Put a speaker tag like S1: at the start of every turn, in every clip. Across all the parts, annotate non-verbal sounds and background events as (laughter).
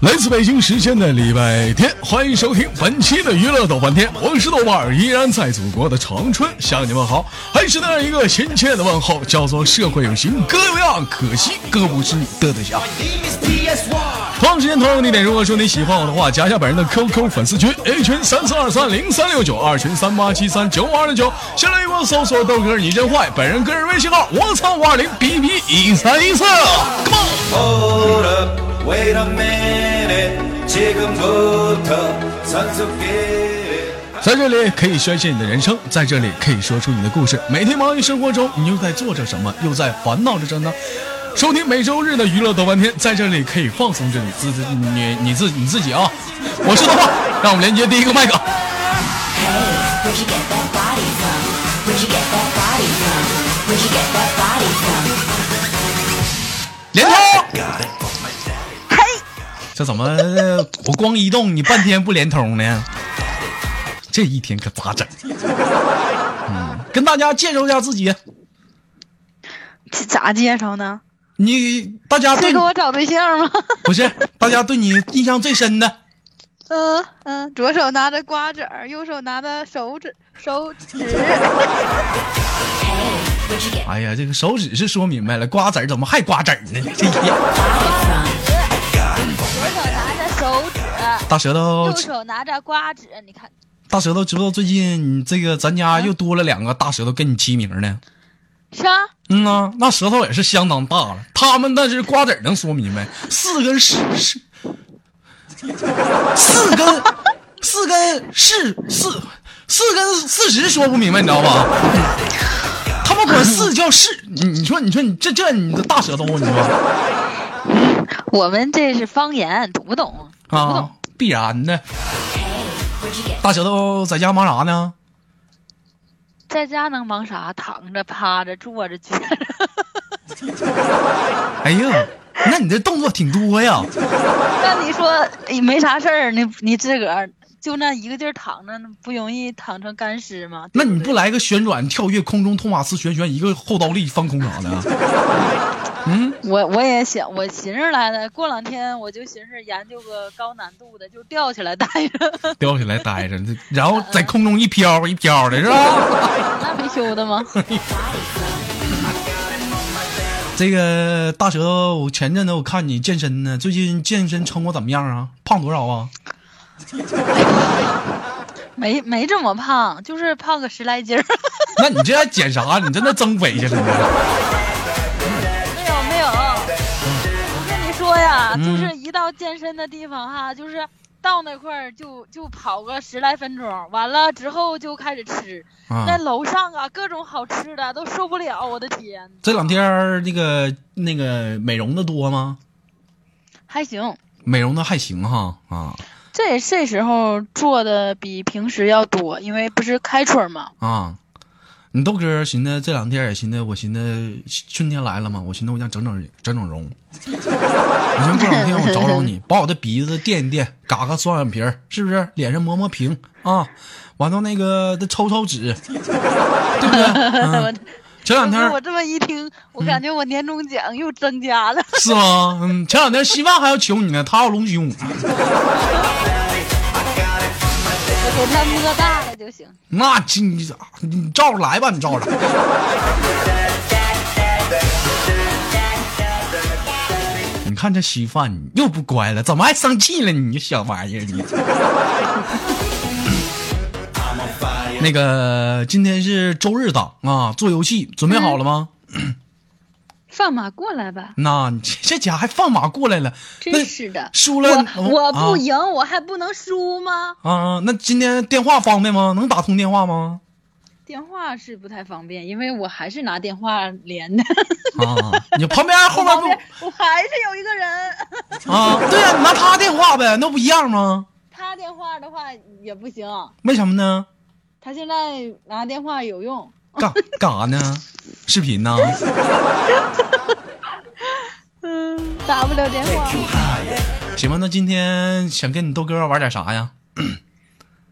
S1: 来自北京时间的礼拜天，欢迎收听本期的娱乐豆翻天，我是豆瓣儿，依然在祖国的长春向你们好，还是那样一个亲切的问候，叫做社会有型哥有样，可惜哥不是你的对象。同样时间同样地点，如果说你喜欢我的话，加一下本人的 QQ 粉丝群，A 群三四二三零三六九，二群三八七三九五二六九，新浪微博搜索豆哥你真坏，本人个人微信号我操五二零 B B 一三一四，Come on。
S2: Hold up, wait a minute. 지금부터 선수끼리.
S1: 在这里可以宣泄你的人生，在这里可以说出你的故事。每天忙于生活中，你又在做着什么，又在烦恼着什么呢？收听每周日的娱乐豆翻天，在这里可以放松着你自自你你自你自己啊！我是豆瓣，让我们连接第一个麦克。
S3: Where'd you get that body from? Where'd you get that body from? Where'd you get that body from?
S1: 连通。这怎么呃我光移动你半天不连通呢？这一天可咋整？嗯，跟大家介绍一下自己，
S4: 这咋介绍呢？
S1: 你大家对你
S4: 是给我找对象吗？
S1: 不是大家对你印象最深的，
S4: (laughs) 嗯嗯，左手拿着瓜子儿，右手拿着手指手 (laughs) 指。
S3: Where'd you get
S1: 哎呀，这个手指是说明白了，瓜子儿怎么还瓜子儿呢？这一天
S3: body
S5: 左手拿着
S3: from?
S5: 手指，
S1: 大舌头
S4: (laughs)
S5: 右，手拿着瓜子，你看，
S1: 大舌头，知不知道最近你这个咱家又多了两个大舌头跟你齐名呢？
S5: 是啊，
S1: 嗯呐、那舌头也是相当大了。他们那是瓜子儿能说明白，四根是是，四根四根是四四根四十说不明白，你知道吧？他们管四叫是，你你说你说你这这你的大舌头，你说
S4: 我们这是方言，懂不懂？
S1: 啊，必然的。
S3: Where'd you get
S1: 大舌头在家忙啥呢？
S4: 在家能忙啥？躺着、趴着、坐着、撅着。
S1: 哎呀，那你这动作挺多呀！
S4: (laughs) 那你说哎没啥事儿，你你自个儿就那一个劲儿躺着，不容易躺成干尸吗？
S1: 那你不来个旋转、跳跃、空中托马斯旋旋，一个后倒立翻空啥的？
S5: (laughs)
S4: 我我也想，我寻思来的，过两天我就寻思研究个高难度的，就吊起来待
S5: (laughs)
S4: 着，
S1: 吊起来待着，然后在空中一飘一飘的，是吧？
S4: 那没羞的吗？
S1: 这个大舌头，我前阵子我看你健身呢，最近健身成果怎么样啊？胖多少啊？
S4: 没没这么胖，就是胖个十来斤儿。
S1: 那你这还减啥？你真的增肥去了
S5: (laughs)
S1: 你？
S5: 没有没有，我跟你说呀，就是一到健身的地方哈，就是到那块儿就就跑个十来分钟，完了之后就开始吃，在
S1: 啊，
S5: 楼上啊各种好吃的都受不了，我的天，
S1: 这两天儿那个那个美容的多吗？
S4: 还行，
S1: 美容的还行哈啊
S4: 这这时候做的比平时要多，因为不是开春嘛。
S1: 啊！你豆哥儿寻思这两天也寻思，我寻思春天来了嘛，我寻思我想整整整整容。我寻思过两天我找找你，把我的鼻子垫一垫，嘎嘎双眼皮儿，是不是？脸上磨磨平啊，完了那个再抽抽脂，对不对？嗯，前两
S4: 不
S1: 天
S4: 是
S1: 儿嗯
S4: 我这么一听，我感觉我年终奖又增加了。 (laughs)
S1: 是吗？嗯，前两天希望还要求你呢，他要隆胸。
S5: 我给它摸大了就行。
S1: 那今你你照着来吧，你照着来。你看这稀饭你又不乖了，怎么还生气了？你这小玩意儿，你。
S5: 嗯
S1: 那个，今天是周日档啊，做游戏准备好了吗？
S5: 嗯
S4: 放马过来吧，
S1: 那你这这家还放马过来了，那
S5: 真是的，
S1: 输了
S5: 我我不
S1: 啊
S5: 赢，我还不能输吗？
S1: 啊！那今天电话方便吗？能打通电话吗？
S4: 电话是不太方便，因为我还是拿电话连的，
S1: 啊，你旁边后面
S5: 旁
S1: 不
S5: 边 (laughs) 我还是有一个人， (laughs)
S1: 啊，对呀、你拿他电话呗，那不一样吗？
S5: 他电话的话也不行，
S1: 为什么呢？
S5: 他现在拿电话有用。
S4: 哦
S1: 干干啥呢？视频
S4: (laughs)
S1: 呢？
S5: 嗯，打不了电话。
S1: 哎行吧，那今天想跟你豆哥玩点啥呀？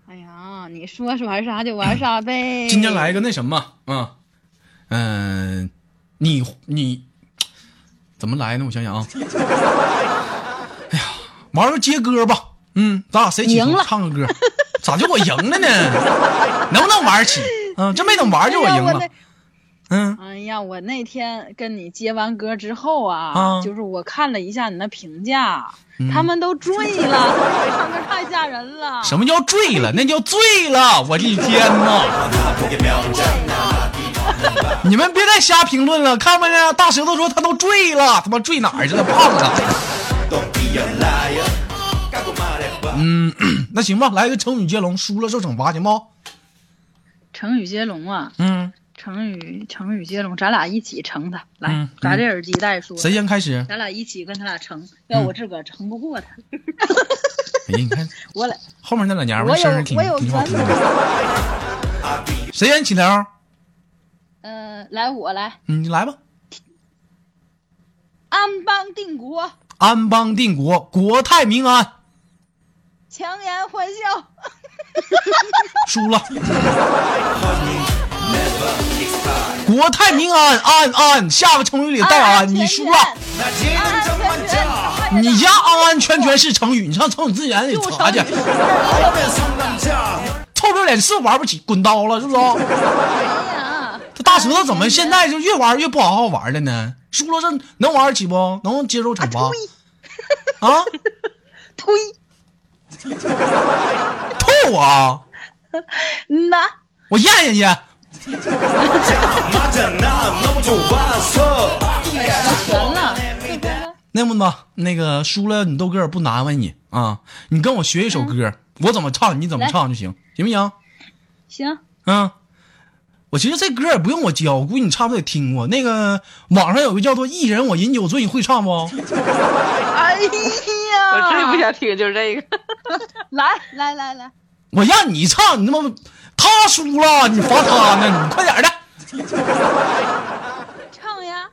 S5: 哎呀，你说是玩啥就玩啥呗。
S1: 今天来个那什么，嗯嗯、
S4: (laughs)
S1: 你你怎么来呢？我想想啊，哎呀，完了接歌吧。嗯，咱俩谁起
S4: 赢
S1: 哄
S4: 了
S1: 唱个歌？咋就我赢了呢？
S4: (laughs)
S1: 能不能玩起？嗯，这没等玩就我
S4: 哎
S1: 赢
S4: 呀我
S1: 了
S4: 那。
S1: 嗯，
S4: 哎呀，我那天跟你接完歌之后啊，
S1: 啊嗯
S4: 就是我看了一下你那评价，他们都醉了，唱歌太吓人了。
S1: 什么叫醉了？那叫醉了！我的天呐！ (laughs) 你们别再瞎评论了，看没看？大舌头说他都醉了，他妈醉哪儿去了？胖了。 (laughs) 嗯，那行吧，来个成语接龙，输了受惩罚，行不？
S4: 成语接龙啊，
S1: 嗯，
S4: 成语成语接龙，咱俩一起成他。来，
S1: 嗯
S4: 咱这耳机带说，
S1: 谁嗯先开始？
S4: 咱俩一起跟他俩成，要我自个儿成不
S1: (laughs)
S4: 过他。
S1: 哎，你看
S4: 我俩
S1: 后面那俩娘们
S4: 我
S1: 儿
S4: 有
S1: 声儿挺
S4: 我有
S1: 挺好
S4: 传
S1: 听
S4: 统
S1: 的。。谁先起头？
S4: 呃，来我来，
S1: 你来吧。
S4: 安邦定国，
S1: 安邦定国，国泰民安。
S4: 强颜欢
S1: (laughs)
S4: 笑。
S1: 输
S4: (laughs)
S1: 了。国泰民安，安安，下个成语里带安，你输了。你家安安全全是成语，你上成语字典里查去。臭不要脸是玩不起，滚刀了是不是？这大舌头怎么现在就越玩越不好好玩了呢？输了这能玩起不？能接受惩罚？啊，
S4: 推
S1: 吐啊！
S4: 呐，
S1: 我咽下去。
S2: 아,
S4: 完了，这不是
S1: 那么吧，那个输了你豆哥也不难为你啊，你跟我学一首歌，我怎么唱你怎么唱就行，行不行？
S4: 行，
S1: 嗯，我其实这歌也不用我教，我估计你差不多也听过。那个网上有个叫做“一人我饮酒醉”，你会唱不？
S4: 哎
S6: 我最不
S4: 呀，
S6: 想听就是这个。
S4: 来来来来，
S1: 我让你唱，你他妈他输了，你罚他呢，你快点的，
S4: 唱呀，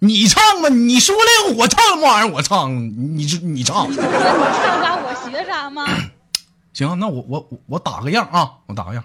S1: 你唱吧，你输了我唱什么玩意儿？我唱，你你唱，
S4: 不是说你唱啥我学啥吗？
S1: 行，那我我我我打个样啊，我打个样。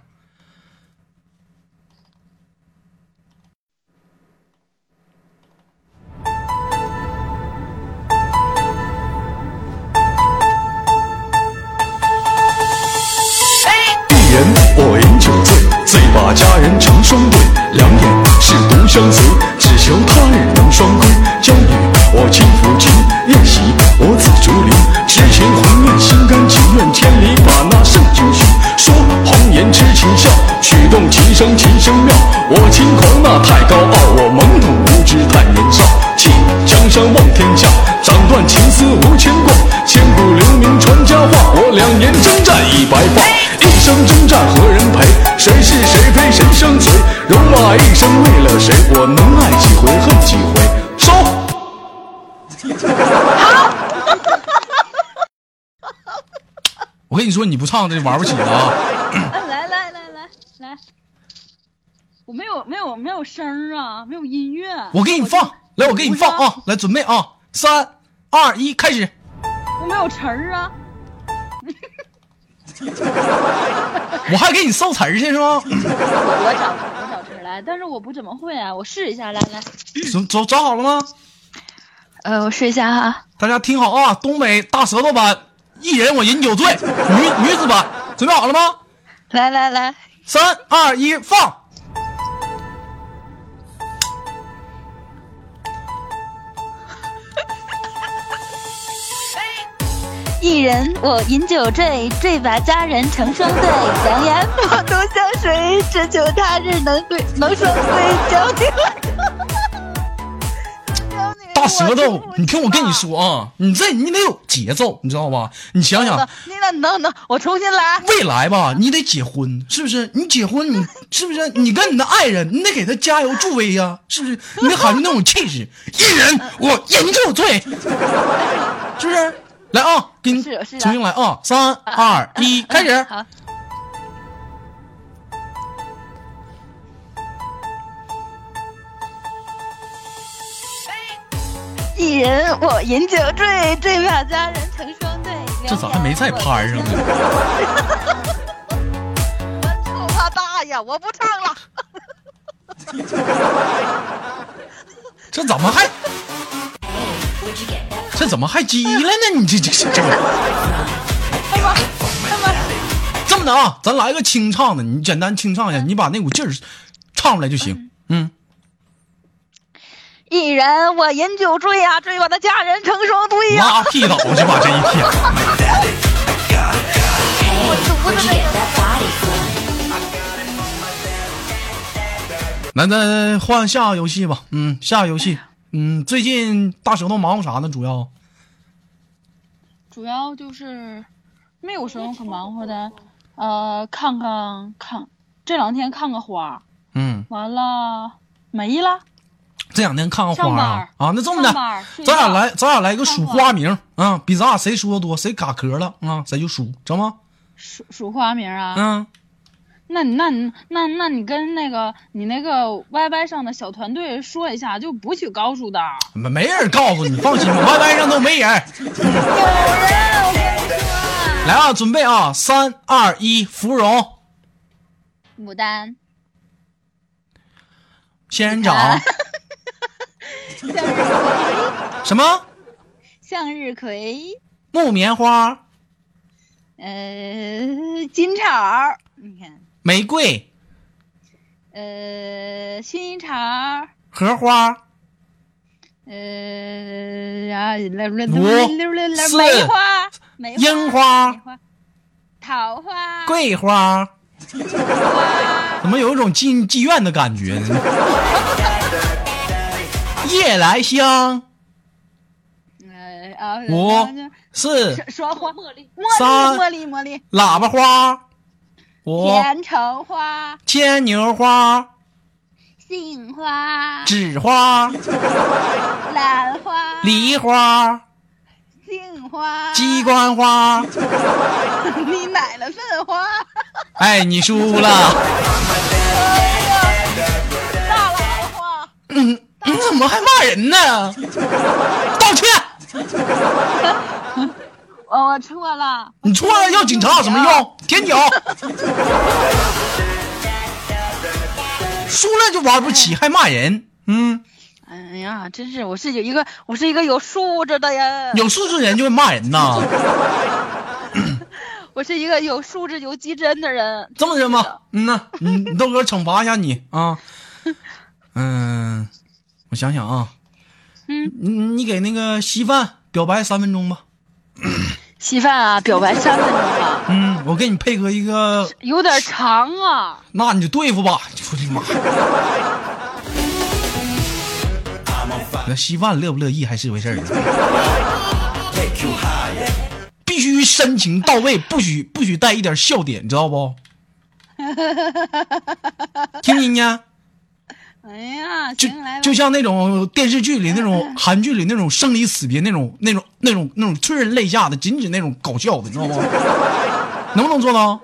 S7: 一人我饮酒醉，醉把佳人成双对，两眼是独相随，只求他日能双归。娇女我轻抚琴，宴席我紫竹林，痴情红颜心甘情愿，千里把那圣酒寻。说红颜痴情笑，曲动琴声琴声妙。我轻狂那太高傲，我懵懂无知太年少。弃江山望天下，斩断情丝无牵挂，千古留名传佳话。我两年征战已白发，一生征战何人陪？谁是谁非谁生谁？戎马一生为了谁？我能爱几回恨几回？收。
S1: 我跟你说，你不唱这玩不起了啊！
S4: 哎来来来来来，我没有没有没有声儿啊，没有音乐。
S1: 我给你放，来，我给你放
S4: 我
S1: 啊，来准备啊，三二一，开始。
S4: 我没有词儿啊，
S1: 我还给你搜词儿去是吗？
S4: 我找词儿我找词儿来，但是我不怎么会啊，我试一下，来来，
S1: 准找找好了吗？
S4: 呃，我试一下哈，
S1: 大家听好啊，东北大舌头版，一人我饮酒醉，女女子版，准备好了吗？
S4: 来来来，
S1: 三二一，放。
S8: 一人我饮酒醉，醉把佳人成双对，两眼我独相随，只求他日能对能双归。娇女，娇女，
S1: 大舌头
S4: 我听不，
S1: 你听我跟你
S4: 清
S1: 说啊，你这你得有节奏，你知道吧？你想想，
S4: 你等等等，我重新来。
S1: 未来吧，
S4: 啊
S1: 你得结婚，是不是？你结婚，你是不是？你跟你的爱人，你得给他加油助威呀、是不是？你得喊出那种气势，一人我饮酒醉，是不是？来啊，给你
S4: 是有是有嗯
S1: 重新来啊，三二一，开始。
S4: 好。
S8: 一人我饮酒醉，醉把佳人成双对。
S1: 这咋还没在拍儿上呢？
S4: 操他大爷！我不唱了。
S1: 这怎么还？
S8: Where'd you get that
S1: 这怎么还急了呢？你这这这这，
S4: 哎妈，哎妈，
S1: 这么的啊，咱来个清唱的，你简单清唱一下，你把那股劲儿唱出来就行。嗯，
S3: (laughs) 一人我饮酒醉呀、醉我的家人成双对
S1: 嗯
S3: 呀、
S1: 拉屁倒去吧，这一天。来，咱换下个游戏吧。嗯，下个游戏，嗯，最近大舌头忙活啥呢？主要
S4: 主要就是没有什么可忙活的，呃，看看看，这两天看个花儿，
S1: 嗯，
S4: 完了没了。
S1: 这两天看看
S4: 上
S1: 花
S4: 班
S1: 啊
S4: 儿
S1: 啊，那这么的
S4: 上班儿，睡
S1: 咱俩
S4: 觉
S1: 来，咱俩来个数
S4: 看花
S1: 花名啊，比咱俩谁说的多，谁卡壳了啊，谁就数，成吗？
S4: 数数花名啊？
S1: 嗯，
S4: 那你那你那那你跟那个你那个 YY 上的小团队说一下，就不许高数的。
S1: 没没人告
S4: (laughs)
S1: 诉你，放心吧，歪歪上都没人。来啊，准备啊，三二一，芙蓉。
S4: 牡丹、
S1: 仙人
S4: (laughs)
S1: 掌，
S4: 向日
S1: 什么
S4: 向日葵、
S1: 木棉花、
S4: 呃金草儿，你看
S1: 玫瑰、
S4: 呃薰衣草儿，
S1: 荷花、
S4: 呃啊来来来
S1: 五
S4: 来来来
S1: 四
S4: 梅花、梅花、
S1: 樱花
S4: 梅花、桃花、
S1: 桂花，怎么有一种进妓院的感觉呢？夜来香，
S4: 呃啊
S1: 五
S4: 呃
S1: 四
S4: 双双花茉莉、
S1: 三
S4: 茉莉、茉莉、
S1: 喇叭花，五
S4: 茉莉、甜橙花。
S1: 牵牛花、
S4: 杏花、
S1: 纸花、
S4: 兰花、
S1: 梨花、
S4: 杏花、
S1: 鸡冠花。
S4: 你奶了粪花，
S1: 哎，你输了，
S4: 大兰花，
S1: 你怎么还骂人呢？道歉，
S4: 哦我我错了，
S1: 你错了，要警察有什么用？舔脚。输了就玩不起，还骂人。嗯，
S4: 哎呀，真是，我是有一个，我是一个有素质的人，
S1: 有素质人就会骂人呐。
S4: 我是一个有素质、有基真的人。
S1: 这么的吧，嗯呐，嗯，你豆哥惩罚一下你 (laughs) 啊。嗯，我想想啊，
S4: 嗯，
S1: 你你给那个稀饭表白三分钟吧。
S4: 稀饭啊，表白三分钟啊，
S1: 嗯，我给你配合一个，
S4: 有点长啊。
S1: 那你就对付吧。我的妈！那稀饭乐不乐意还是回事儿啊呢。必须深情到位，不许不许带一点笑点，知道不？听听见？
S4: 哎呀，
S1: 就
S4: 行，来吧
S1: 就像那种电视剧里那种
S4: (laughs)
S1: 韩剧里那种生离死别那种那种那种那种催人泪下的，仅止那种搞笑的，你知道吗？能不能做到？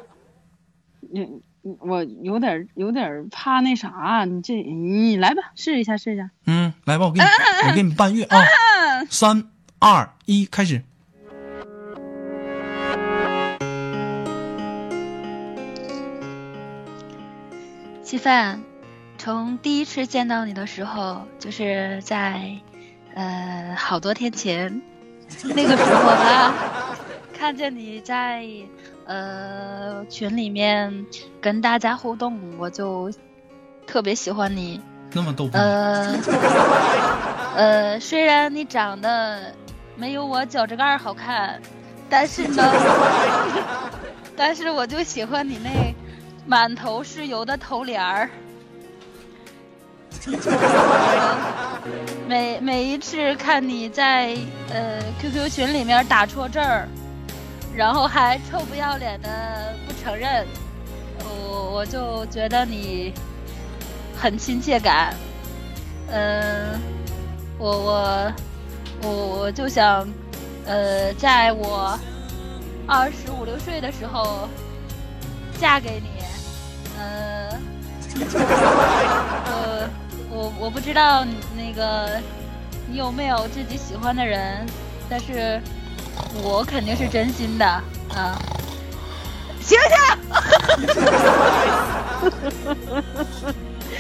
S4: 你你我有点有点怕那啥，你这你来吧，试一下试一下。
S1: 嗯，来吧，我给你，我给你伴乐啊！三二一，开始。
S3: 稀饭，从第一次见到你的时候，就是在呃好多
S1: (laughs)
S3: 天前，那个时候吧， (laughs) 看见你在呃群里面跟大家互动，我就特别喜欢你。
S1: 那么逗逼，
S3: 呃呃，虽然你长得没有我脚趾盖儿好看，但是呢， (laughs) 但是我就喜欢你那满头是油的头帘儿。 (laughs) 每每一次看你在呃 QQ 群里面打错字儿，然后还臭不要脸的不承认，我我就觉得你很亲切感。嗯，
S4: 呃
S3: 我我我我就想，呃，在我二十五六岁的时候嫁给你。呃，我我我不知道你那个你有没有自己喜欢的人，但是我肯定是真心的啊。 (laughs) 醒醒！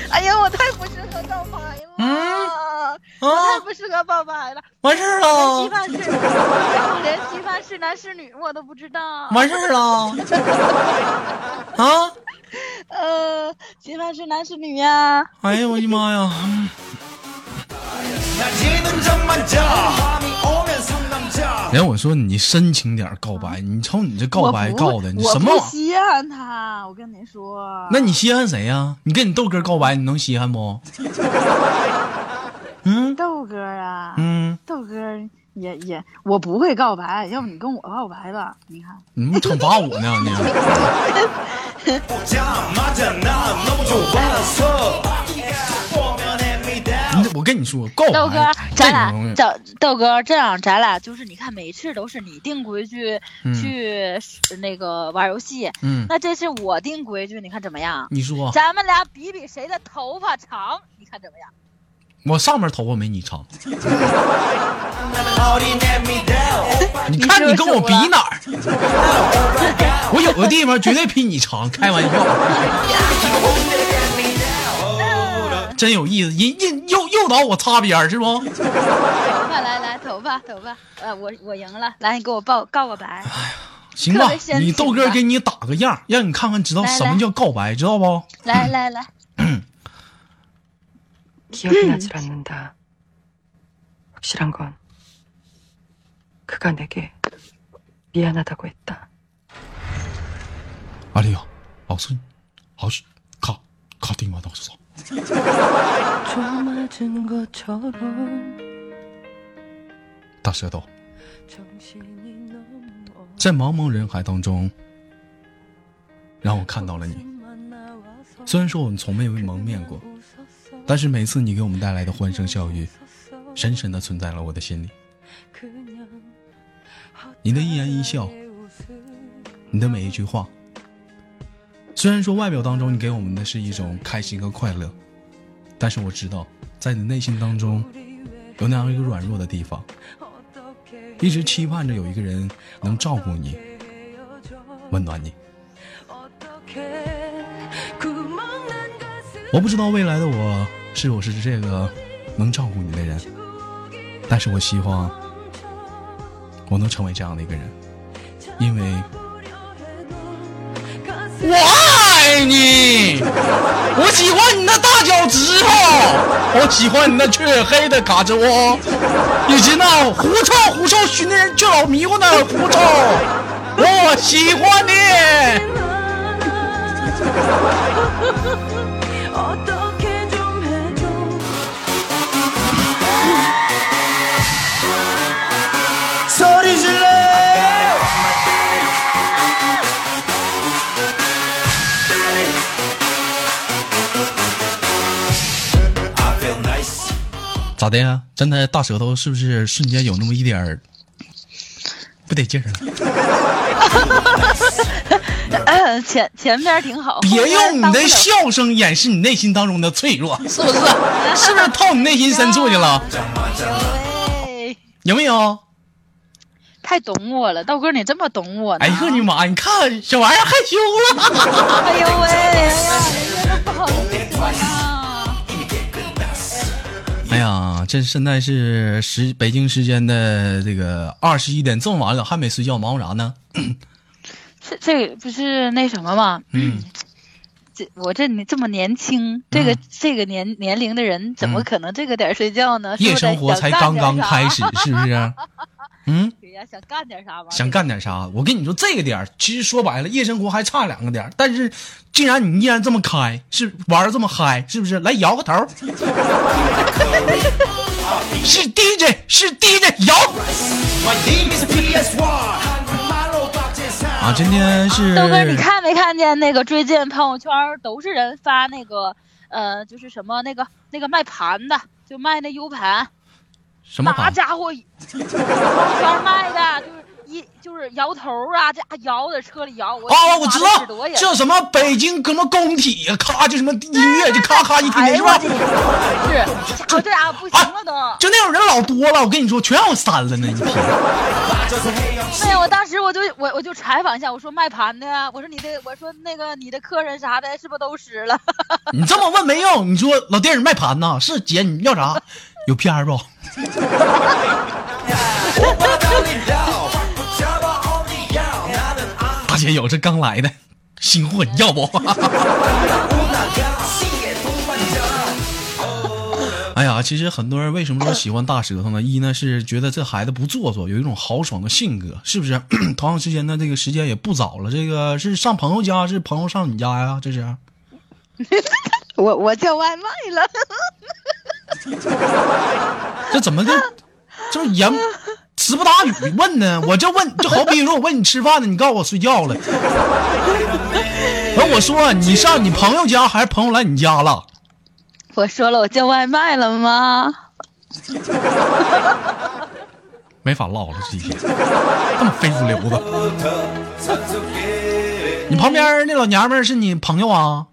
S9: 哎呀，我太不适合照牌了，
S1: 哦
S9: 我太哦不适合报牌了。
S1: 完事儿
S9: 连稀
S1: 了，
S9: 饭是，我连稀饭是男是女我都不知道。
S1: 完事儿了，啊！
S9: 呃，稀饭是男是女呀、
S1: 哎呀，我的妈呀！嗯
S2: 지는 잠만 자 밤이 오면 상남자
S1: 哎，我说你深情点儿告白，你瞅你这告白
S9: 我不
S1: 告的，你
S9: 我
S1: 什
S9: 不
S1: 么玩意儿？
S9: 稀罕他，我跟你说。
S1: 那你稀罕谁呀、你跟你豆哥告白，你能稀罕不？嗯
S9: 豆哥啊，
S1: 嗯，
S9: 豆哥也也，我不会告白，要不你跟我告白吧？你看，
S1: 你们惩罚我呢？你
S2: 보자마자 나 너무 좋아서 보면 애미다
S1: 你这我跟你说，告
S4: 豆哥
S1: 白，这
S4: 咱
S1: 种东
S4: 俩
S1: 西，
S4: 豆豆哥这样，咱俩就是你看，每次都是你定规矩
S1: 嗯
S4: 去那个玩游戏，
S1: 嗯，
S4: 那这次我定规矩，你看怎么样？
S1: 你说
S4: 咱们俩比比谁的头发长，你看怎么样？
S1: 我上面头发没你长，
S2: 어린 애미다
S1: 你看你跟我比哪儿？ (laughs) 我有的地方绝对比你长，开玩笑， (laughs) 真有意思，引引诱诱导我擦边儿是不？
S4: 头发来来，头发头发，呃，我我赢了，来你给我报告个白，
S1: 啊行吧
S4: 特别深，情
S1: 你豆哥
S4: 吧
S1: 给你打个样儿，让你看看知道
S4: 来
S1: 什么
S4: 来
S1: 叫告白，知道不？
S4: 来来来，
S10: 기억이 나질 않는다. 확실한 건 그가 내게 미안하다고 했다.
S1: 阿丽呀，老孙，好是卡卡丁完到手上。
S10: 조맞은 것처럼
S1: 大舌头，
S10: 정신이 너무 없-
S1: 在茫茫人海当中，让我看到了你。
S10: 웃음만 나와서
S1: 虽然说我们从没有蒙面过，
S10: 웃었어.
S1: 但是每次你给我们带来的欢声笑语，深深的存在了我的心里。
S10: 그냥
S1: 你的一言一笑，
S10: 내 웃음
S1: 你的每一句话，虽然说外表当中你给我们的是一种开心和快乐，但是我知道，在你内心当中
S10: 우리 왜
S1: 有那样一个软弱的地方，
S10: 어떻게
S1: 一直期盼着有一个人能照顾你，
S10: 헤어져
S1: 温暖你。
S10: 어떻게 구멍난 가슴
S1: 我不知道未来的我是否是这个能照顾你的人，但是我希望我能成为这样的一个人，因为
S10: 부려 해도 가슴
S1: 我爱你，我喜欢你的大脚趾头，我喜欢你那黢黑的胳肢窝，以及那狐臭狐臭熏的人就老迷糊那狐臭，我喜欢你。
S10: 어떻게 좀 해줘
S1: 咋的呀？真的大舌头是不是瞬间有那么一点儿不得劲儿了？
S4: 呃前前边挺好，后
S1: 别
S4: 边
S1: 用你
S4: 哦当不
S1: 的
S4: 了
S1: 笑声掩饰你内心当中的脆弱，
S4: (laughs)
S1: 是不是？是不是套你内心深处去了？
S4: 哎对，
S1: 有没有？
S4: 太懂我了，豆哥你这么懂我呢？
S1: 哎呦我的妈！你看小玩意儿害羞了。
S4: 哎呦喂，哎呀，人家都不好意思啊。
S1: 哎呀，这现在是时北京时间的这个二十一点，这么晚了还没睡觉，忙啥呢？
S4: 这这不是那什么吗？
S1: 嗯，
S4: 这我这你这么年轻，这个、这个年年龄的人，怎么可能这个点儿睡觉呢？是
S1: 嗯夜
S4: 不是得
S1: 生活才
S4: 想
S1: 刚
S4: 干点
S1: 刚
S4: 啥啊
S1: 开始，是不
S4: (laughs)
S1: 是？嗯，
S4: 对呀，想干点啥玩意儿
S1: 想干点啥？我跟你说，这个点儿其实说白了，夜生活还差两个点儿，但是既然你依然这么开，是玩儿这么嗨，是不是？来摇个
S4: (laughs)
S1: 头儿，是 DJ，是 DJ，摇
S2: My name is PS1 한국말로 박재산
S1: 啊！今天是
S4: 豆哥，你看没看见那个最近朋友圈儿都是人发那个呃，就是什么那个那个卖盘的，就卖那 U 盘，
S1: 什么
S4: 那
S1: 盘？
S4: 家伙， (laughs) 朋友圈卖的就是一就是摇头儿啊，这摇在车里摇，我
S1: 啊，我知道
S4: 朵也，
S1: 这什么北京什么工体呀，咔就什么音乐就咔咔一天天是吧
S4: 哎？呀
S1: 啊
S4: 啊是，这家伙不行了都。
S1: 就那种人老多了，我跟你说，全让我删了呢一批。
S4: 没有，哎我当时我就我我就采访一下，我说卖盘的呀，我说你的，我说那个你的客人啥的，是不是都湿了？ (laughs)
S1: 你这么问没用，你说老弟儿你卖盘呐？ (laughs) 是姐，你要啥？有片儿不？ (laughs) 大姐有，这刚来的新货，你要不？ (laughs) 哎呀，其实很多人为什么说喜欢大舌头呢？一呢是觉得这孩子不做作，有一种豪爽的性格，是 (coughs) 不是？同样时间呢，这个时间也不早了，这个是上朋友家，是朋友上你家呀？这是？
S11: 我我叫外卖了，
S1: 这怎么就这么言词不达语问呢？我这问就好比说，我问你吃饭呢，你告诉我睡觉了。完，我说你上你朋友家还是朋友来你家了？
S11: 我说了我叫外卖了吗？
S1: 没法唠了，这一天这么非主流子。你旁边那老娘们儿是你朋友啊？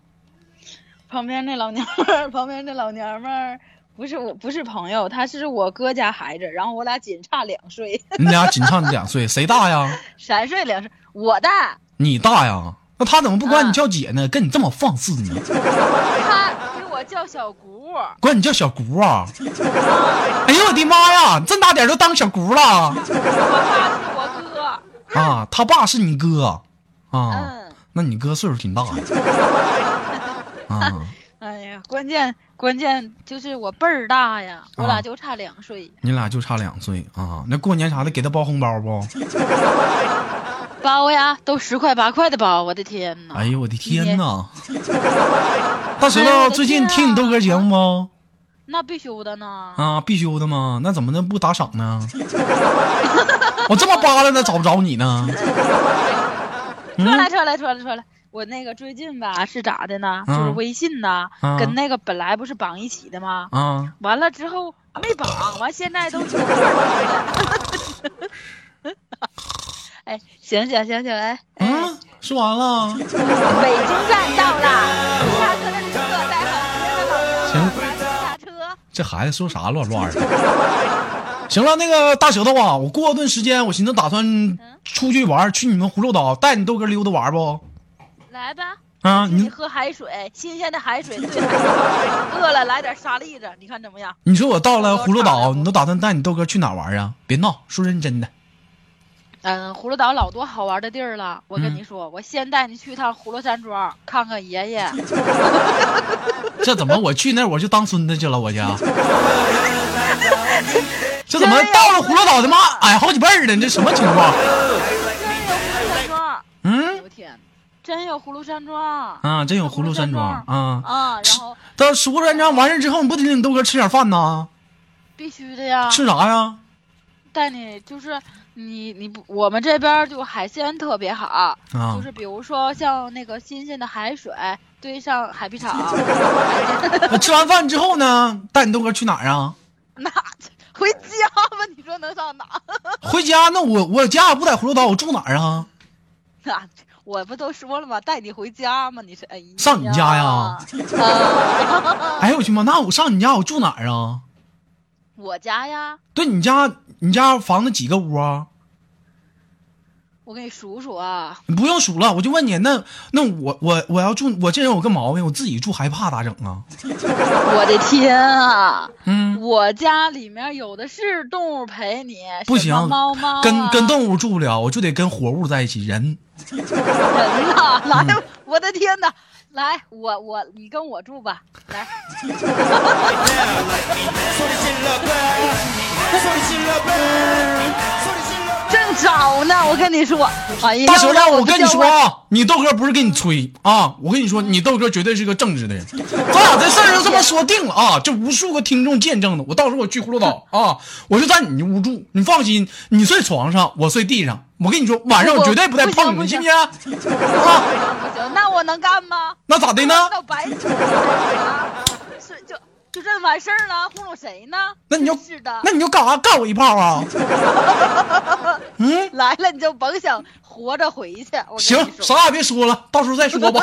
S4: 旁边那老娘们儿，旁边那老娘们儿不是我，不是朋友，她是我哥家孩子，然后我俩仅差两 (laughs) 岁，
S1: 你俩仅差两岁，谁大呀？
S4: 三岁两岁，我的。
S1: 你大呀？那他怎么不管你叫姐呢？跟你这么放肆呢？
S4: 他给我叫小姑，
S1: 管你叫小姑啊？哎呦我的妈呀！这么大点儿都当小姑了？
S4: 我爸是我哥，
S1: 啊，他爸是你哥啊？
S4: 嗯，
S1: 那你哥岁数挺大的
S4: (laughs)
S1: 啊？
S4: 哎呀，关键关键就是我倍儿大呀，我
S1: 啊
S4: 俩就差两岁，
S1: 你俩就差两岁啊？那过年啥的给他包红包不？
S4: 包呀都十块八块的包，我的天呐！
S1: 哎呦我的天
S4: (laughs)
S1: 呐！大石头
S4: 哎
S1: 最近
S4: 我的天啊
S1: 听你豆哥节目吗？
S4: 那必须的呢，
S1: 啊，必修的吗？那怎么能不打赏
S4: (laughs)
S1: 呢？我这么扒拉呢，找不着你呢？嗯
S4: 说来说来说来说来，我那个最近吧是咋的呢？
S1: 嗯
S4: 就是微信呐，
S1: 嗯
S4: 跟那个本来不是绑一起的吗？
S1: 啊，
S4: 完了之后啊没绑，完现在都
S1: (laughs)
S4: 一块儿去了哎，醒醒醒醒，哎，
S1: 嗯、说完了。
S4: 北京站到了，下车的旅客带好您的老公下车。
S1: 这孩子说啥乱乱的？ (laughs) 行了，那个大舌头啊，我过段时间我寻思打算出去玩，去你们葫芦岛带你豆哥溜达玩不？
S4: 来吧，
S1: 啊，
S4: 请你
S1: 你
S4: 喝海水，新鲜的海水对海好。饿了来点沙栗子，你看怎么样？
S1: 你说我到了葫芦
S4: 我
S1: 岛，
S4: 找
S1: 你都打算带你豆哥去哪玩啊？别闹，说认真的。
S4: 嗯，葫芦岛老多好玩的地儿了。我
S1: 嗯
S4: 跟你说，我先带你去一趟葫芦山庄，看看爷爷。
S1: 这怎么我去那儿我就当孙子去了？我去，这怎么到了葫芦岛他妈矮好几倍儿呢？你这什么情况？
S4: 山庄，
S1: 嗯
S4: 我 (laughs) 天，真有葫芦山庄。
S1: 啊，真有葫芦山庄啊！
S4: 啊，然后
S1: 到葫芦山庄完事之后，你不得领你豆哥吃点饭呐？
S4: 必须的呀，
S1: 吃啥呀？
S4: 带你就是你你不，我们这边儿就海鲜特别好，
S1: 啊
S4: 就是比如说像那个新鲜的海水堆上海皮草，
S1: 啊 (laughs) 那吃完饭之后呢，带你豆哥去哪儿啊？
S4: (laughs) 那回家吧，你说能上哪？
S1: 回家？那我我家不在葫芦岛，我住哪儿啊？
S4: (laughs) 那我不都说了吗？带你回家吗？你是哎呀，
S1: 上你家 (laughs) 呀？
S4: 啊，
S1: 哎呦我去妈！那我上你家我住哪儿啊？
S4: 我家呀，
S1: 对你家你家房子几个屋啊？
S4: 我给你数数啊，
S1: 你不用数了，我就问你，那那我我我要住，我这人有个毛病，我自己住害怕咋整啊？
S4: 我的天啊！
S1: 嗯，
S4: 我家里面有的是动物陪你，
S1: 不
S4: 什
S1: 行
S4: 么猫猫、啊，
S1: 跟跟动物住不了，我就得跟活物在一起。人
S4: 人呐，
S1: 嗯
S4: 来，我的天呐，来，我我你跟我住吧，来，正找呢，我跟你说，哎呀，
S1: 大舌头，
S4: 要不然
S1: 我跟你
S4: 就
S1: 说啊，你豆哥不是跟你吹啊，我跟你说，你豆哥绝对是个正直的人。咱俩这事儿就这么说定了啊，这无数个听众见证的。我到时候我去葫芦岛啊，我就在你屋住，你放心，你睡床上，我睡地上。我跟你说，晚上我
S4: 不
S1: 绝对不带
S4: 不
S1: 碰
S4: 行
S1: 你，
S4: 不
S1: 信
S4: 行
S1: 不信？啊，
S4: 不行，那我能干吗？
S1: 那咋的呢？
S4: 那白扯啊，是就就这完事儿了，糊弄谁呢？
S1: 那你就是
S4: 的，
S1: 那你就干啥干我一炮啊？嗯，
S4: 来了你就甭想活着回去，我跟
S1: 行
S4: 你，说
S1: 啥也别说了，到时候再说
S4: (laughs)
S1: 吧。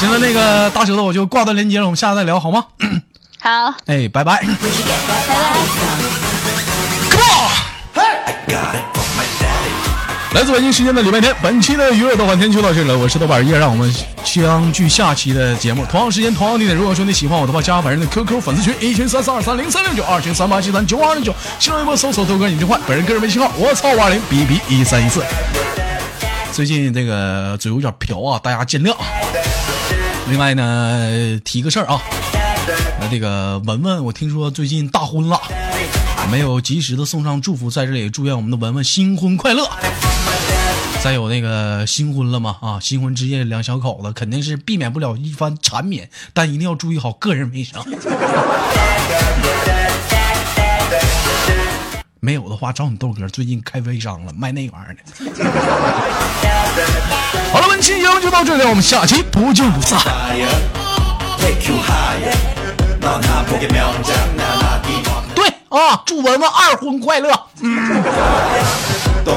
S1: 行了，那个大舌头我就挂断连接了，我们下次再聊好吗？
S4: 好。
S1: 哎，拜拜，拜拜。Come on。来自北京时间的礼拜天，本期的娱乐豆瓣天就到这里了，我是豆瓣儿叶，让我们相聚下期的节目，同样时间同样地点。如果说你喜欢我的话，加本人的 QQ 粉丝群一群三四二三零三六九，二群三八七三九二零九，新浪微博搜索豆哥你真坏，本人个人微信号我操五二零 B B 一三一四。最近这个嘴有点瓢啊，大家见谅啊。另外呢，提个事儿啊，呃，这个文文，我听说最近大婚了，没有及时的送上祝福，在这里祝愿我们的文文新婚快乐。再有那个新婚了嘛啊，新婚之夜两小口子肯定是避免不了一番缠绵，但一定要注意好个人卫生。没有的话，找你豆哥，最近开微商了，卖那玩意儿呢。好了，本期节目就到这里，我们下期不见不散。对啊，祝文文二婚快乐。
S2: 또